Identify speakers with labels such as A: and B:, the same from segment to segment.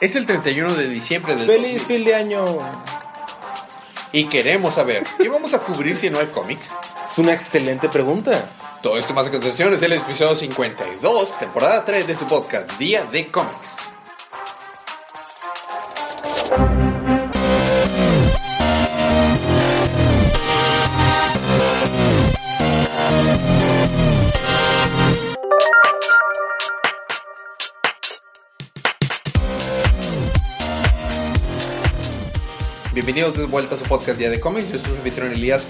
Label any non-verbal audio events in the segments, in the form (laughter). A: Es el 31 de diciembre del 2000,
B: Feliz fin de año.
A: y queremos saber, ¿qué vamos a cubrir si no hay cómics?
B: Es una excelente pregunta.
A: Todo esto más a continuación es el episodio 52, temporada 3 de su podcast Día de Cómics. Bienvenidos de vuelta a su podcast Día de Cómics. Yo soy su anfitrión Elías,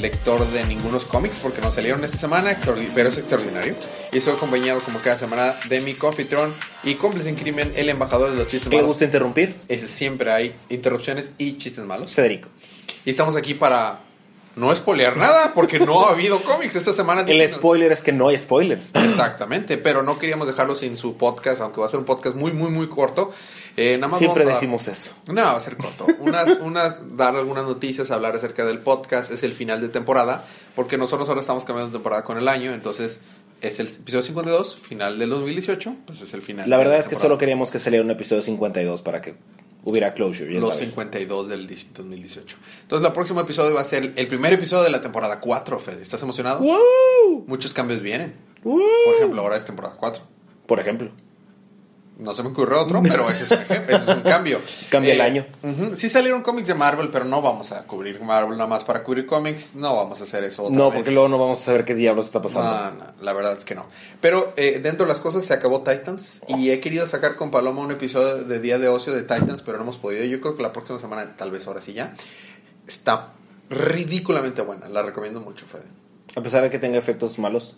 A: lector de ningunos cómics porque no salieron esta semana, extraordi- pero es extraordinario. Y soy acompañado como cada semana de mi confitrión y cómplice en crimen, el embajador de los chistes
B: ¿Qué le
A: malos.
B: gusta interrumpir?
A: Ese siempre hay interrupciones y chistes malos.
B: Federico.
A: Y estamos aquí para no espolear nada porque no ha habido cómics esta semana.
B: El spoiler es que no hay spoilers.
A: Exactamente, pero no queríamos dejarlo sin su podcast, aunque va a ser un podcast muy, muy, muy corto. Eh, nada más vamos
B: Siempre
A: a dar-
B: decimos eso.
A: no, va a ser corto.
B: (laughs)
A: Unas, unas, dar algunas noticias, hablar acerca del podcast. Es el final de temporada, porque nosotros ahora estamos cambiando de temporada con el año. Entonces, es el episodio 52, final del 2018. Pues es el final.
B: La
A: de
B: verdad es que solo
A: temporada.
B: queríamos que saliera un episodio 52 para que hubiera closure, ya
A: Los
B: sabes.
A: 52 del 2018. Entonces, el próximo episodio va a ser el primer episodio de la temporada 4, Fede. ¿Estás emocionado?
B: ¡Woo!
A: Muchos cambios vienen.
B: ¡Woo!
A: Por ejemplo, ahora es temporada 4.
B: Por ejemplo.
A: No se me ocurre otro, pero ese es un, ejemplo, ese es un cambio.
B: (laughs)
A: Eh,
B: Cambia el año.
A: ujú. Sí salieron cómics de Marvel, pero no vamos a cubrir Marvel nada más para cubrir cómics. No vamos a hacer eso otra
B: No,
A: vez. Ah.
B: porque luego no vamos a saber qué diablos está pasando.
A: No, no, la verdad es que no. Pero eh, dentro de las cosas se acabó Titans y he querido sacar con Paloma un episodio de Día de Ocio de Titans, pero no hemos podido. Yo creo que la próxima semana, tal vez ahora sí ya, está ridículamente buena. La recomiendo mucho, Fede.
B: A pesar de que tenga efectos malos.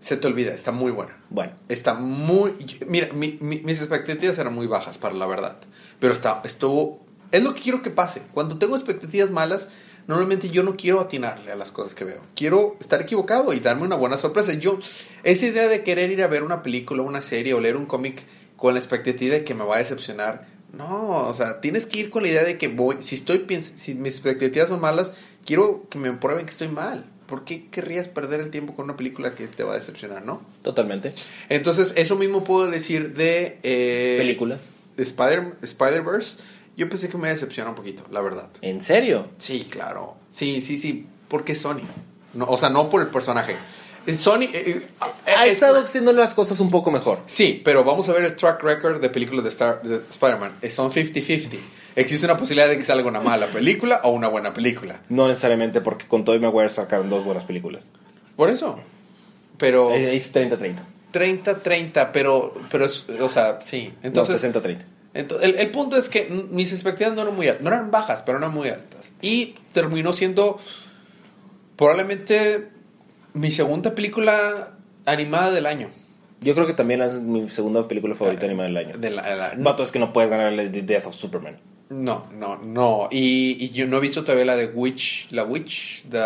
A: Se te olvida, está muy buena.
B: Bueno.
A: Está muy. Mira, mi- mi- mis expectativas eran muy bajas, para la verdad. Pero está, estuvo. Es lo que quiero que pase. Cuando tengo expectativas malas, normalmente yo no quiero atinarle a las cosas que veo. Quiero estar equivocado y darme una buena sorpresa. Yo, esa idea de querer ir a ver una película, una serie o leer un cómic con la expectativa de que me va a decepcionar. No, o sea, tienes que ir con la idea de que voy. Si estoy piens- si mis expectativas son malas, quiero que me prueben que estoy mal. ¿Por qué querrías perder el tiempo con una película que te va a decepcionar, no?
B: Totalmente.
A: Entonces, eso mismo puedo decir de. eh,
B: Películas.
A: de Spider- Spider-Verse. Yo pensé que me decepcionó un poquito, la verdad.
B: ¿En serio?
A: Sí, claro. Sí, sí, sí. Porque Sony. No, o sea, no por el personaje. Eh, Sony. eh, eh,
B: Ha
A: es-
B: estado haciendo las cosas un poco mejor.
A: Sí, pero vamos a ver el track record de películas de, Star- de Spider-Man. Eh, Son 50-50. Existe una posibilidad de que salga una mala película o una buena película.
B: No necesariamente porque con Tobey Maguire sacaron dos buenas películas.
A: Por eso. Pero
B: Eh, Es 30-30.
A: 30-30, pero, pero, es- o sea, sí. Entonces,
B: no, 60-30.
A: Ento- el, el punto es que mm, mis expectativas no eran muy altas, no eran bajas, pero no eran muy altas. Y terminó siendo probablemente mi segunda película animada del año.
B: Yo creo que también es mi segunda película favorita animada del año.
A: Ah, De la- de la- no,
B: Vato, es que no puedes ganarle The Death of Superman.
A: no, no. no. Y, y yo no he visto todavía la de Witch, la Witch,
B: ¿The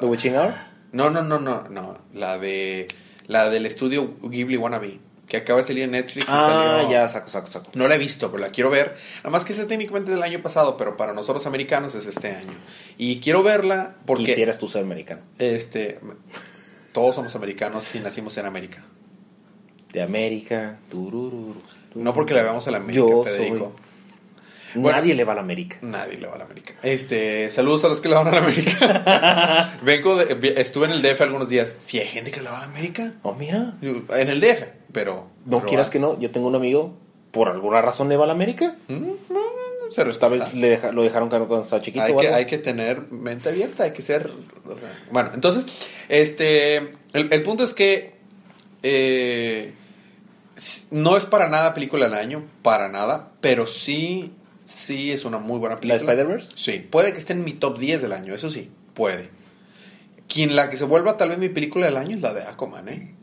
A: the-
B: Witching Hour?
A: No, no, no, no, no. La de, la del estudio Ghibli Wannabe, que acaba de salir en Netflix. y
B: Ah,
A: salió-
B: ya, saco, saco, saco.
A: No la he visto, pero la quiero ver. Nada más que esa técnicamente es del año pasado, pero para nosotros americanos es este año. Y quiero verla porque
B: Quisieras tú ser americano.
A: este todos somos americanos si nacimos en América.
B: De América, turururu.
A: No porque le veamos a la América,
B: Yo
A: Federico.
B: soy-
A: Bueno.
B: Nadie le va a la América.
A: Nadie le va a la América. Este, saludos a los que le van a la América.
B: (laughs)
A: Vengo de- vi- estuve en el DF algunos días. Si hay gente que le va a la América.
B: Oh, mira.
A: Yo- En el DF, pero
B: No quieras que no. Yo tengo un amigo, por alguna razón le va a la América.
A: no se
B: Tal
A: respeta.
B: vez le deja- lo dejaron caer cuando estaba chiquito.
A: Ah. hay
B: o
A: que,
B: algo.
A: hay que tener mente abierta, hay que ser... o sea, bueno, entonces, este, el, el punto es que eh, s- no es para nada película del año, para nada, pero sí, sí es una muy buena
B: ¿La
A: película.
B: Spider-Verse?
A: Sí, puede que esté en mi top 10 del año, eso sí, puede. Quien la que se vuelva tal vez mi película del año es la de Aquaman, ¿eh?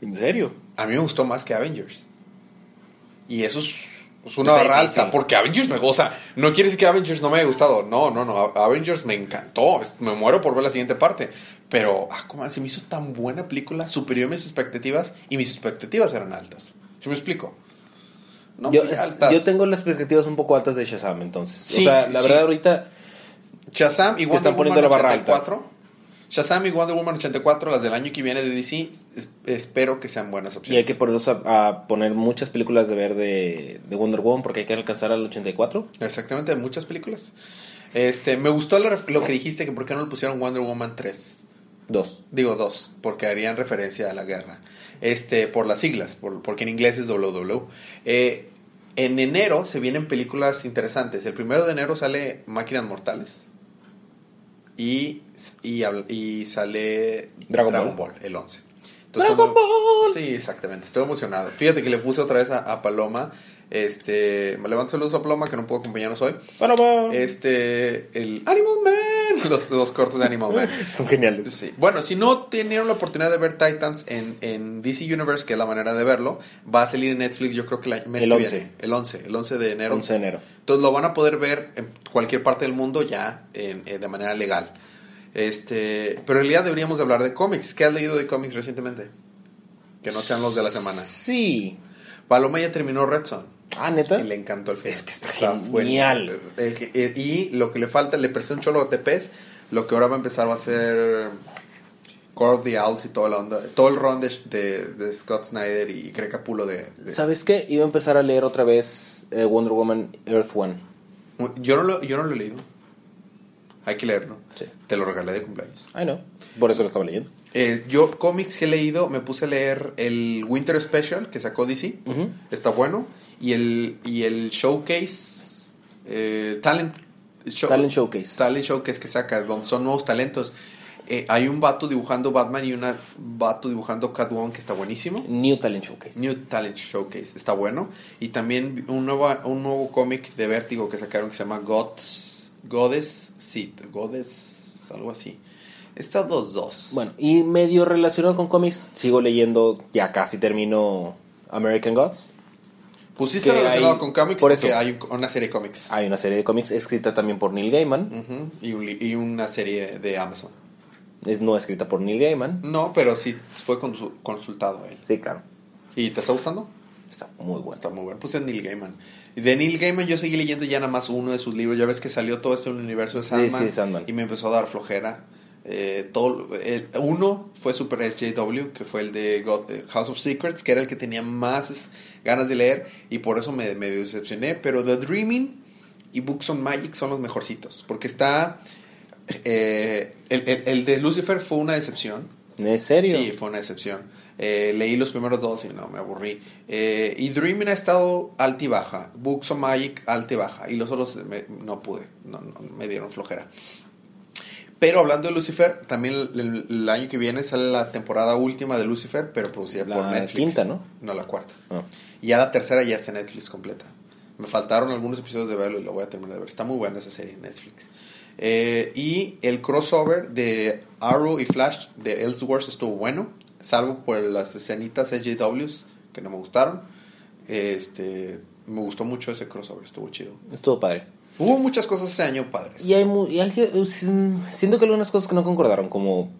B: ¿En serio?
A: A mí me gustó más que Avengers. Y eso es, es una
B: Está
A: barra
B: difícil.
A: alta, porque Avengers me goza. No quiere decir que Avengers no me haya gustado. No, no, no. A- Avengers me encantó. Es- Me muero por ver la siguiente parte. Pero Aquaman se me hizo tan buena película, superior a mis expectativas y mis expectativas eran altas. ¿Sí me explico? No
B: yo,
A: muy
B: es-
A: altas.
B: yo tengo las perspectivas un poco altas de Shazam, entonces.
A: Sí,
B: o sea, la
A: sí.
B: verdad, ahorita
A: Shazam y Wonder
B: están poniendo
A: Woman
B: la barra alta.
A: 84. Shazam y Wonder Woman 84, las del año que viene de DC, es- espero que sean buenas
B: Y hay
A: opciones.
B: que ponernos a, a poner muchas películas de ver de, de Wonder Woman porque hay que alcanzar al 84.
A: Exactamente, hay muchas películas. Este, me gustó lo, ref- lo que dijiste, que por qué no le pusieron Wonder Woman 3.
B: Dos.
A: Digo dos, porque harían referencia a la guerra. Este, por las siglas, por- porque en inglés es WW. Eh, en enero se vienen películas interesantes. El primero de enero sale Máquinas Mortales. Y, y, habl- y sale
B: Dragon
A: el 11.
B: ¡Dragon
A: estoy
B: Ball!
A: Sí, exactamente. Estoy emocionado. Fíjate que le puse otra vez a, a Paloma. Este, me levanto saludos a Paloma, que no puedo acompañarnos hoy.
B: Bueno, va.
A: Este, el Animal Man. (laughs) Los, los cortos de Animal Man.
B: Son geniales.
A: Sí. Bueno, si no tuvieron la oportunidad de ver Titans en, en DC Universe, que es la manera de verlo, va a salir en Netflix yo creo que el año- mes
B: El
A: que
B: 11.
A: viene. El 11. El 11 de enero.
B: 11 de enero.
A: Entonces lo van a poder ver en cualquier parte del mundo ya en- eh, de manera legal. Este, pero en realidad deberíamos de hablar de cómics. ¿Qué has leído de cómics recientemente? Que no sean los de la semana.
B: Sí.
A: Paloma ya terminó Red Zone.
B: Ah, neta.
A: Y le encantó el final.
B: Es que está
A: bueno.
B: genial.
A: El que- eh, y lo que le falta, le presté un cholo de pez. Lo que ahora va a empezar va a ser Core of the Owls y toda la onda. Todo el ron de, de- de Scott Snyder y Greg Capullo de. de-
B: ¿Sabes qué? Iba a empezar a leer otra vez eh, Wonder Woman Earth One.
A: yo, no lo, yo no lo he leído. Hay que leerlo.
B: Sí.
A: Te lo regalé de cumpleaños.
B: I know. Por eso lo estaba leyendo.
A: Eh, yo cómics que he leído, me puse a leer el Winter Special que sacó DC.
B: Ujú.
A: Está bueno. Y el, y el Showcase. eh, talent, show-
B: Talent Showcase.
A: Talent Showcase que saca, donde son nuevos talentos. Eh, hay un vato dibujando Batman y una vato dibujando Catwoman que está buenísimo.
B: New Talent Showcase.
A: New Talent Showcase está bueno. Y también un nuevo, un nuevo cómic de Vértigo que sacaron que se llama Gods, Goddess Seed. Goddess, algo así. Está 2-2.
B: Bueno, y medio relacionado con cómics, sigo leyendo, ya casi termino American Gods.
A: Pusiste
B: que
A: relacionado
B: hay-
A: con cómics
B: por
A: porque
B: eso.
A: hay un- una serie de cómics.
B: Hay una serie de cómics escrita también por Neil Gaiman.
A: Ujú, y, un li- y una serie de Amazon.
B: Es no escrita por Neil Gaiman.
A: No, pero sí fue consu- consultado él.
B: Sí, claro.
A: ¿Y te está gustando?
B: Está muy buena.
A: Está muy bueno. Pues es Neil Gaiman. Y De Neil Gaiman yo seguí leyendo ya nada más uno de sus libros. Ya ves que salió todo este universo de
B: Sí,
A: Sandman.
B: sí, Sandman.
A: Y me empezó a dar flojera. Eh, todo, el- uno fue Super SJW, que fue el de God- eh, House of Secrets, que era el que tenía más es- ganas de leer. Y por eso me, me decepcioné. Pero The Dreaming y Books on Magic son los mejorcitos. Porque está... eh, el, el- el de Lucifer fue una decepción.
B: ¿En serio?
A: Sí, fue una excepción. Eh, leí los primeros dos y no, me aburrí. Eh, y Dreaming ha estado alta y baja. Books of Magic alta y baja. Y los otros me- no pude, no, no, me dieron flojera. Pero hablando de Lucifer, también el, el- el año que viene sale la temporada última de Lucifer, pero producida
B: La
A: por Netflix.
B: quinta, ¿no?
A: No, la cuarta.
B: Ah.
A: Y ya la tercera ya está en Netflix completa. Me faltaron algunos episodios de verlo y lo voy a terminar de ver. Está muy buena esa serie en Netflix. Eh, y el crossover de Arrow y Flash de Ellsworth estuvo bueno, salvo por las escenitas SJWs que no me gustaron. Este, me gustó mucho ese crossover, estuvo chido.
B: Estuvo padre.
A: Hubo muchas cosas ese año padres.
B: Y hay, mu- y hay que- eh, sin- siento que algunas cosas que no concordaron, como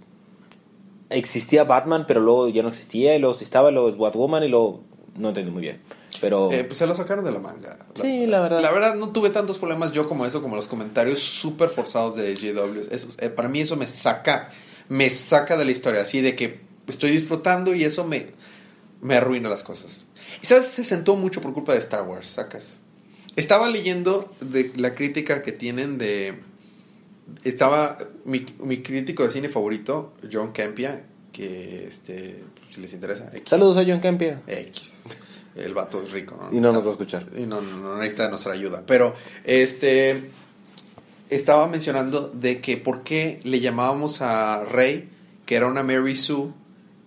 B: existía Batman, pero luego ya no existía, y luego sí estaba, y luego es Batwoman, y luego no entendí muy bien. Pero
A: Eh, pues se lo sacaron de la manga.
B: Sí, la verdad.
A: La verdad, no tuve tantos problemas yo como eso, como los comentarios súper forzados de JW. Eso, eh, para mí eso me saca, me saca de la historia, así de que estoy disfrutando y eso me, me arruina las cosas. Y sabes, se sentó mucho por culpa de Star Wars, sacas. Estaba leyendo de la crítica que tienen de... Estaba mi, mi crítico de cine favorito, John Campia, que este, si les interesa. X.
B: saludos a John Campia.
A: X. El vato es rico, ¿no?
B: Y no nos va a escuchar.
A: Y no, no, no necesita nuestra ayuda. Pero, este. Estaba mencionando de que por qué le llamábamos a Rey, que era una Mary Sue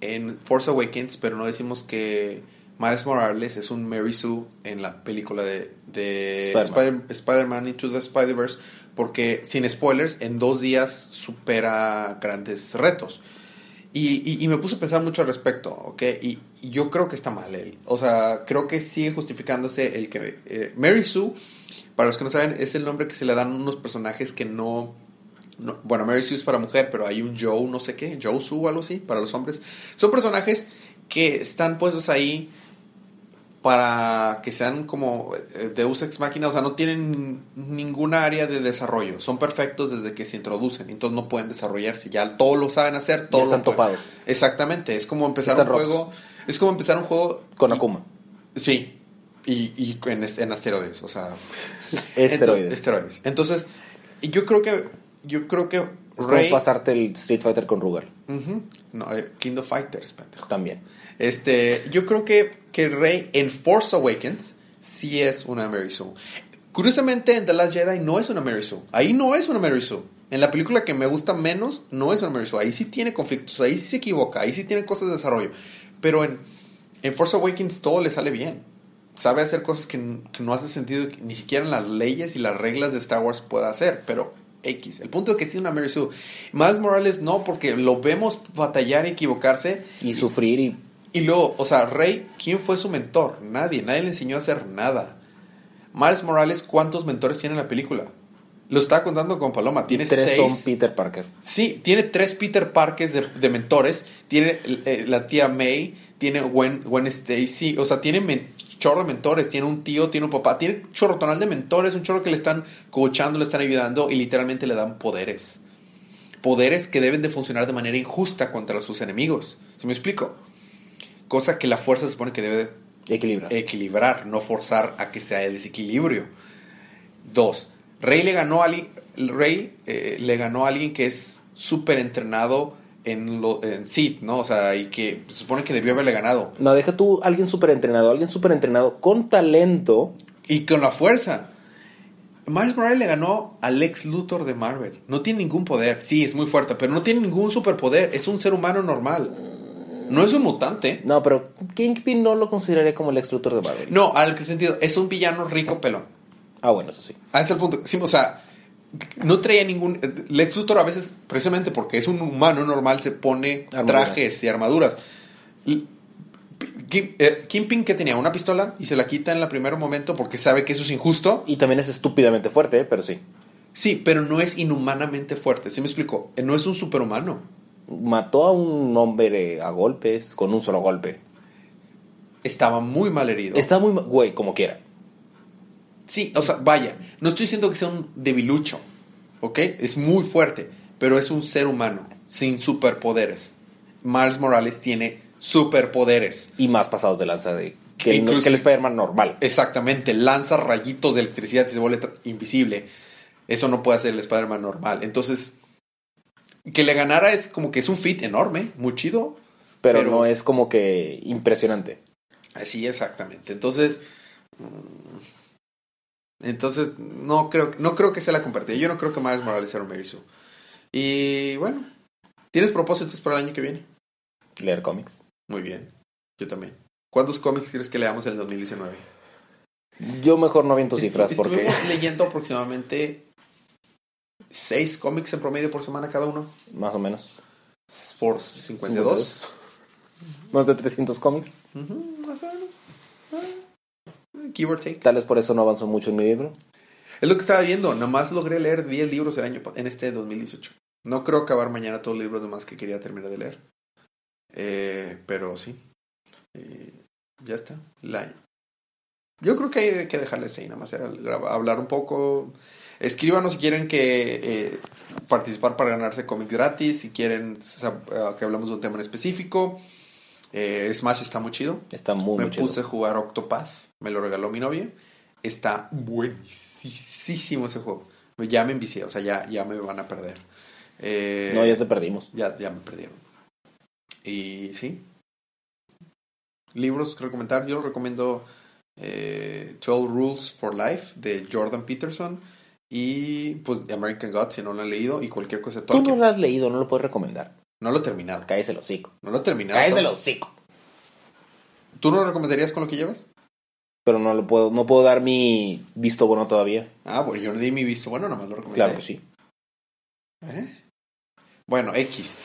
A: en Force Awakens, pero no decimos que Miles Morales es un Mary Sue en la película de, de
B: Spider-Man.
A: Spider- Spider-Man Into the Spider-Verse, porque sin spoilers, en dos días supera grandes retos. Y, y- y me puse a pensar mucho al respecto, ¿ok? Y, y yo creo que está mal él. O sea, creo que sigue justificándose el que... eh, Mary Sue, para los que no saben, es el nombre que se le dan a unos personajes que no... no- bueno, Mary Sue es para mujer, pero hay un Joe, no sé qué, Joe Sue o algo así, para los hombres. Son personajes que están puestos ahí para que sean como eh, Deus Ex Máquina, o sea, no tienen ninguna área de desarrollo, son perfectos desde que se introducen, entonces no pueden desarrollarse, ya todo lo saben hacer, todo
B: Ya están
A: lo pueden.
B: topados.
A: Exactamente, es como empezar un
B: Están
A: juego, es como empezar un juego
B: Con
A: y-
B: Akuma.
A: Sí, y, y en, est- en asteroides, o sea,
B: Esteroides.
A: entonces, esteroides. Entonces, y yo creo que yo creo que
B: es como
A: Rey-
B: pasarte el Street Fighter con Rugal.
A: Ujú. No, eh, King of Fighters, pendejo.
B: También.
A: Este, yo creo que, que Rey en Force Awakens sí es una Mary Sue. Curiosamente, en The Last Jedi no es una Mary Sue. Ahí no es una Mary Sue. En la película que me gusta menos, no es una Mary Sue. Ahí sí tiene conflictos, ahí sí se equivoca, ahí sí tiene cosas de desarrollo. Pero en, en Force Awakens todo le sale bien. Sabe hacer cosas que, n- que no hace sentido, y que ni siquiera en las leyes y las reglas de Star Wars puede hacer, pero X. El punto es que sí una Mary Sue. Miles Morales no, porque lo vemos batallar y equivocarse.
B: Y sufrir y
A: Y luego, o sea, Rey, ¿quién fue su mentor? Nadie, nadie le enseñó a hacer nada. Miles Morales, ¿cuántos mentores tiene en la película? Lo estaba contando con Paloma, tiene
B: tres
A: seis.
B: son Peter Parker.
A: Sí, tiene tres Peter Parkers de, de mentores. Tiene eh, la tía May, tiene Gwen, Gwen Stacy. O sea, tiene men- chorro de mentores. Tiene un tío, tiene un papá. Tiene un chorro tonal de mentores. Un chorro que le están coachando, le están ayudando y literalmente le dan poderes. Poderes que deben de funcionar de manera injusta contra sus enemigos. ¿Se me explico? Cosa que la fuerza se supone que debe de
B: Equilibra.
A: equilibrar, no forzar a que sea el desequilibrio. Dos, Rey le ganó a alguien, Rey, eh, le ganó a alguien que es súper entrenado en, lo, en Sith, ¿no? O sea, y que se supone que debió haberle ganado.
B: No, deja tú alguien súper entrenado, alguien súper entrenado con talento.
A: Y con la fuerza. Miles Morales le ganó al ex Luthor de Marvel. No tiene ningún poder. Sí, es muy fuerte, pero no tiene ningún superpoder. Es un ser humano normal. No es un mutante.
B: No, pero Kingpin no lo consideraría como el ex Luthor de Marvel.
A: No, al que sentido, es un villano rico pelón.
B: Ah, bueno, eso sí.
A: Hasta el este punto. Sí, o sea, no traía ningún. Lex Luthor a veces, precisamente porque es un humano normal, se pone
B: Armadura.
A: trajes y armaduras. L- Kim- eh, Kingpin que tenía una pistola y se la quita en el primer momento porque sabe que eso es injusto.
B: Y también es estúpidamente fuerte, eh, pero sí.
A: Sí, pero no es inhumanamente fuerte. ¿Sí me explico? Eh, No es un superhumano.
B: Mató a un hombre eh, a golpes, con un solo golpe.
A: Estaba muy mal herido.
B: Está muy... ma- Güey, como quiera.
A: Sí, o sea, vaya, no estoy diciendo que sea un debilucho, ¿ok? Es muy fuerte, pero es un ser humano sin superpoderes. Miles Morales tiene superpoderes.
B: Y más pasados de lanza de... Que, el-
A: Inclusive-
B: que el Spider-Man normal.
A: Exactamente, lanza rayitos de electricidad y se vuelve tra- invisible. Eso no puede hacer el Spider-Man normal. Entonces, que le ganara es como que es un fit enorme, muy chido,
B: Pero,
A: pero-
B: no es como que impresionante.
A: Así, exactamente. Entonces, mm, entonces no creo, no creo que sea la compartida. Yo no creo que Miles Morales sea un Mary Sue. Y bueno, ¿tienes propósitos para el año que viene?
B: Leer cómics.
A: Muy bien, yo también. ¿Cuántos cómics crees que leamos en el 2019?
B: Yo mejor no aviento cifras
A: Est-
B: porque...
A: Estuvimos leyendo aproximadamente seis cómics en promedio por semana cada uno.
B: Más o menos.
A: Por 52.
B: Más de 300 cómics.
A: Ujú, más o menos. Ah, Give or take.
B: Tal vez por eso no avanzó mucho en mi libro.
A: Es lo que estaba viendo. Nomás logré leer 10 libros el año pa- en este 2018. No creo acabar mañana todos los libros nomás que quería terminar de leer. Eh, pero sí. Eh, ya está. La- Yo creo que hay que dejarles ahí. Nada más era grab- hablar un poco. Escríbanos si quieren que eh, participar para ganarse cómics gratis. Si quieren sa- ah, que hablemos de un tema en específico. Eh, Smash está muy chido.
B: Está muy,
A: Me
B: muy chido.
A: puse a jugar Octopath, me lo regaló mi novia. Está buenísimo ese juego. Ya me envicié, o sea, ya, ya me van a perder. Eh,
B: No, ya te perdimos.
A: ya, ya me perdieron. Y sí. Libros que recomendar. Yo recomiendo eh, 12 Rules for Life de Jordan Peterson y pues The American God si no lo han leído y cualquier cosa de
B: Tú no
A: Tolkien.
B: lo has leído, no lo puedes recomendar.
A: No lo he terminado.
B: Cállese el hocico.
A: No lo he terminado.
B: Cállese el hocico.
A: ¿Tú no lo recomendarías con lo que llevas?
B: Pero no lo puedo, no puedo dar mi visto bueno todavía.
A: Ah, bueno, yo no di mi visto. Bueno, nada más lo recomendé.
B: Claro que sí.
A: ¿Eh? Bueno, X.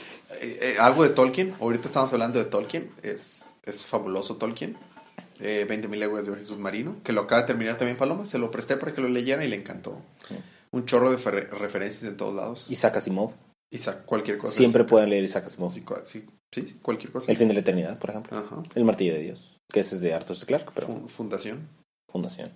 A: Eh, eh, algo de Tolkien. Ahorita estamos hablando de Tolkien. Es, es fabuloso Tolkien. Eh, 20.000 leguas de Jesús Marino. Que lo acaba de terminar también Paloma. Se lo presté para que lo leyera y le encantó.
B: Sí.
A: Un chorro de ferre- referencias en todos lados.
B: Isaac Asimov.
A: Isaac, cualquier cosa.
B: Siempre pueden leer Isaac Asimov.
A: Sí, cua- sí, sí, cualquier cosa.
B: El fin de la eternidad, por ejemplo.
A: Ajá.
B: El martillo de Dios. que ese es de Arthur C. Clarke, pero
A: Fun- Fundación.
B: Fundación.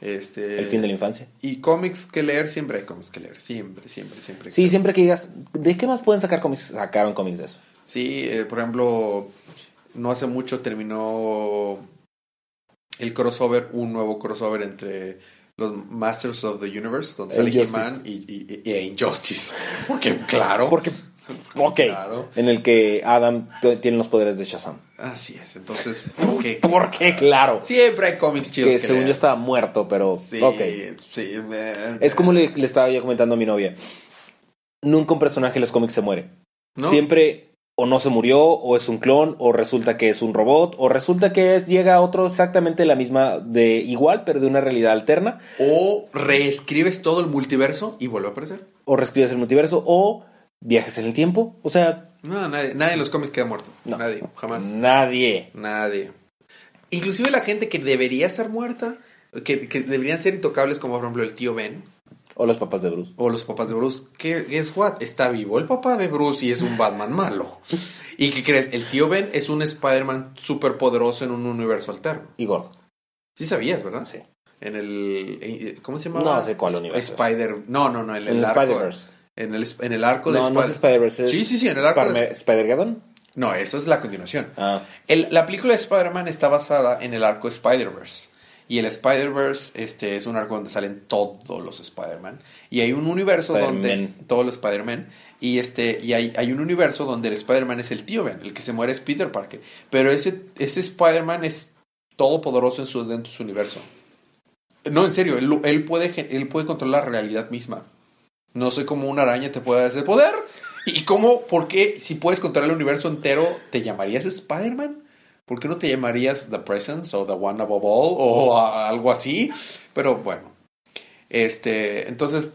A: Este,
B: El fin de la infancia.
A: Y cómics que leer, siempre hay cómics que leer. Siempre, siempre, siempre.
B: Sí, siempre que digas, ¿de qué más pueden sacar cómics? Sacaron cómics de eso.
A: Sí, eh, por ejemplo, no hace mucho terminó el crossover, un nuevo crossover entre los Masters of the Universe, donde
B: E
A: sale
B: Injustice.
A: He-Man y, y- y- e Injustice. (laughs) Porque, claro.
B: Porque, ok,
A: Claro.
B: en el que Adam t- tiene los poderes de Shazam.
A: Así es, entonces,
B: (laughs)
A: ¿por qué?
B: Porque, claro,
A: Siempre hay cómics chidos.
B: que
A: Que
B: según
A: leer.
B: yo estaba muerto, pero,
A: Sí,
B: ok.
A: sí, eh,
B: Es como le, le estaba yo comentando a mi novia. Nunca un personaje en los cómics se muere.
A: ¿no?
B: Siempre o no se murió, o es un clon, o resulta que es un robot, o resulta que es, llega a otro exactamente la misma, de igual, pero de una realidad alterna,
A: O reescribes todo el multiverso y vuelve a aparecer.
B: o reescribes el multiverso, o viajes en el tiempo. O sea,
A: No, nadie, nadie en los cómics queda muerto.
B: No.
A: Nadie, jamás.
B: nadie.
A: Nadie. Inclusive la gente que debería estar muerta, que, que deberían ser intocables, como por ejemplo el tío Ben
B: O los papás de Bruce.
A: o los papás de Bruce, que es what? Está vivo el papá de Bruce y es un Batman malo. ¿Y qué crees? El tío Ben es un Spider-Man súper poderoso en un universo alterno.
B: Y gordo.
A: Sí sabías, ¿verdad?
B: Sí.
A: En el... eh, ¿Cómo se llama?
B: No sé cuál universo es.
A: Spider... No, no, no, en el,
B: En el
A: arco...
B: Spider-Verse.
A: En el, en el arco de
B: No, no es Spider-Verse. es
A: Sí, sí, sí, en el arco de-
B: Sparme- ¿Spider-Geddon?
A: No, eso es la continuación.
B: Ah.
A: El- la película de Spider-Man está basada en el arco Spider-Verse. Y el Spider-Verse este, es un arco donde salen todos los Spider-Man. Y hay un universo donde.
B: Spider-Man.
A: Todos los Spider-Man. Y, este, y hay, hay un universo donde el Spider-Man es el tío Ben. El que se muere es Peter Parker. Pero ese, ese Spider-Man es todopoderoso en su, dentro de su universo. No, en serio. Él, él puede, gen- él puede controlar la realidad misma. No sé cómo una araña te puede dar ese poder. ¿Y cómo? ¿Por qué? Si puedes controlar el universo entero, ¿te llamarías Spider-Man? ¿Por qué no te llamarías The Presence o The One Above All o a- algo así? Pero bueno. Este, entonces,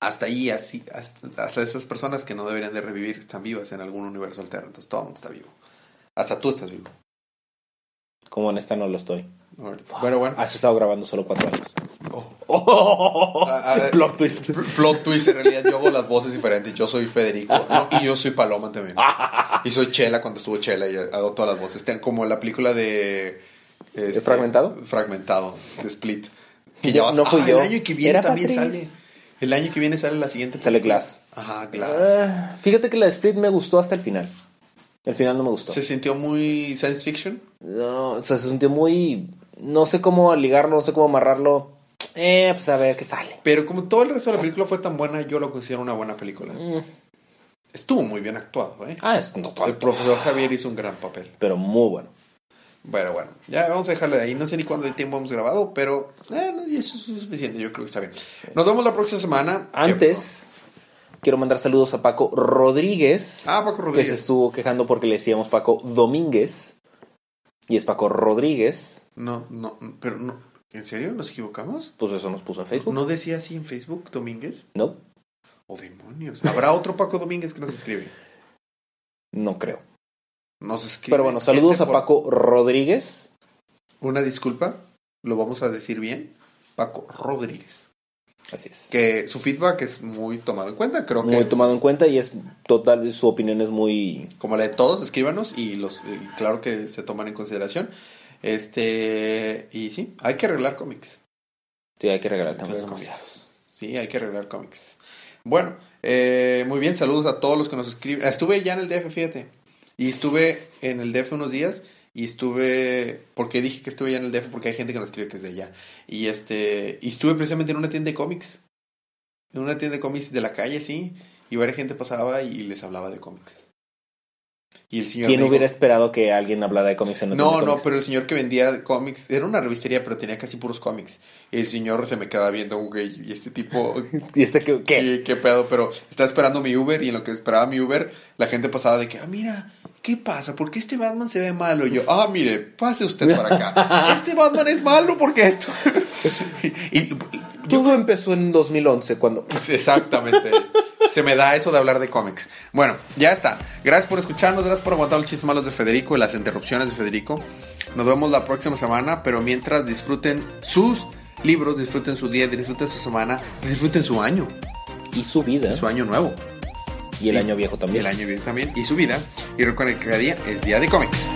A: hasta ahí, así, hasta, hasta esas personas que no deberían de revivir están vivas en algún universo alterno. Entonces todo el mundo está vivo. Hasta tú estás vivo.
B: Como en esta no lo estoy.
A: Bueno, bueno.
B: Has estado grabando solo
A: (laughs)
B: cuatro años.
A: Oh.
B: Oh,
A: Ah, ah,
B: (laughs) Plot twist.
A: Pl- Plot twist, en realidad yo hago las voces diferentes. Yo soy Federico ¿no? y yo soy Paloma también. Y soy Chela cuando estuvo Chela y hago todas las voces. Están como la película de. este,
B: Fragmentado?
A: Fragmentado, de Split. Que
B: No,
A: ya vas-
B: no fui
A: ah,
B: yo.
A: El año que viene
B: Era
A: también
B: Patrice.
A: sale. El año que viene sale la siguiente.
B: Sale
A: película.
B: Glass.
A: Ajá, Glass.
B: Ah, fíjate que la de Split me gustó hasta el final. El final no me gustó.
A: Se sintió muy science fiction.
B: No, o sea, se sintió muy. No sé cómo ligarlo, no sé cómo amarrarlo. Eh, pues a ver qué sale.
A: Pero como todo el resto de la película fue tan buena, yo lo considero una buena película. Estuvo muy bien actuado, ¿eh?
B: Mm. Ah, es no,
A: El profesor Javier hizo un gran papel.
B: Pero muy bueno.
A: Bueno, bueno, ya vamos a dejarlo de ahí. No sé ni cuánto tiempo hemos grabado, pero eh, no, y eso es suficiente. Yo creo que está bien. Nos vemos la próxima semana.
B: Antes, quiero mandar saludos a Paco Rodríguez.
A: Ah, Paco Rodríguez.
B: Que se estuvo quejando porque le decíamos Paco Domínguez. Y es Paco Rodríguez.
A: No, no, pero no. ¿En serio? ¿Nos equivocamos?
B: Pues eso nos puso en Facebook.
A: ¿No decía así en Facebook Domínguez?
B: No,
A: ¡Oh, demonios! ¿Habrá otro Paco Domínguez que nos escribe?
B: no creo.
A: Nos escribe.
B: Pero bueno,
A: gente
B: saludos a
A: por-
B: Paco Rodríguez.
A: Una disculpa, lo vamos a decir bien. Paco Rodríguez.
B: Así es.
A: Que su feedback es muy tomado en cuenta, creo que.
B: Muy tomado en cuenta y es total, su opinión es muy...
A: como la de todos, escríbanos y los y claro que se toman en consideración. Este, y sí, hay que arreglar cómics.
B: Sí, hay que regalar
A: Hay que
B: temas
A: arreglar
B: demasiados.
A: cómics. Sí, hay que arreglar cómics. Bueno, eh, muy bien, saludos a todos los que nos escriben. Ah, Estuve ya en el DF, fíjate. Y estuve en el DF unos días y estuve porque dije que estuve ya en el DF porque hay gente que nos escribe que es de allá. Y este, y estuve precisamente en una tienda de cómics. En una tienda de cómics de la calle, sí, y varias gente pasaba y les hablaba de cómics. Y el señor
B: ¿Quién
A: me dijo-
B: hubiera esperado que alguien hablara de cómics en una tienda
A: no,
B: de
A: no,
B: cómics?
A: pero el señor que vendía cómics, era una revistería, pero tenía casi puros cómics. El señor se me quedaba viendo, güey, y este tipo,
B: ¿Y este (laughs) qué? qué?
A: ¿qué, qué pedo? Pero estaba esperando mi Uber y en lo que esperaba mi Uber, la gente pasaba de que, ah, mira, ¿qué pasa? ¿Por qué este Batman se ve malo? Y yo, ah, mire, pase usted para
B: (laughs)
A: acá. Este Batman es malo porque esto. y, y-
B: Todo empezó en 2011 cuando...
A: Exactamente. Se me da eso de hablar de cómics. Bueno, ya está. Gracias por escucharnos, gracias por aguantar los chistes malos de Federico y las interrupciones de Federico. Nos vemos la próxima semana, pero mientras disfruten sus libros, disfruten su día, disfruten su semana, disfruten su año,
B: Y su vida.
A: su año nuevo,
B: Y el año viejo también.
A: el año bien también y su vida. Y recuerden que cada día es día de cómics.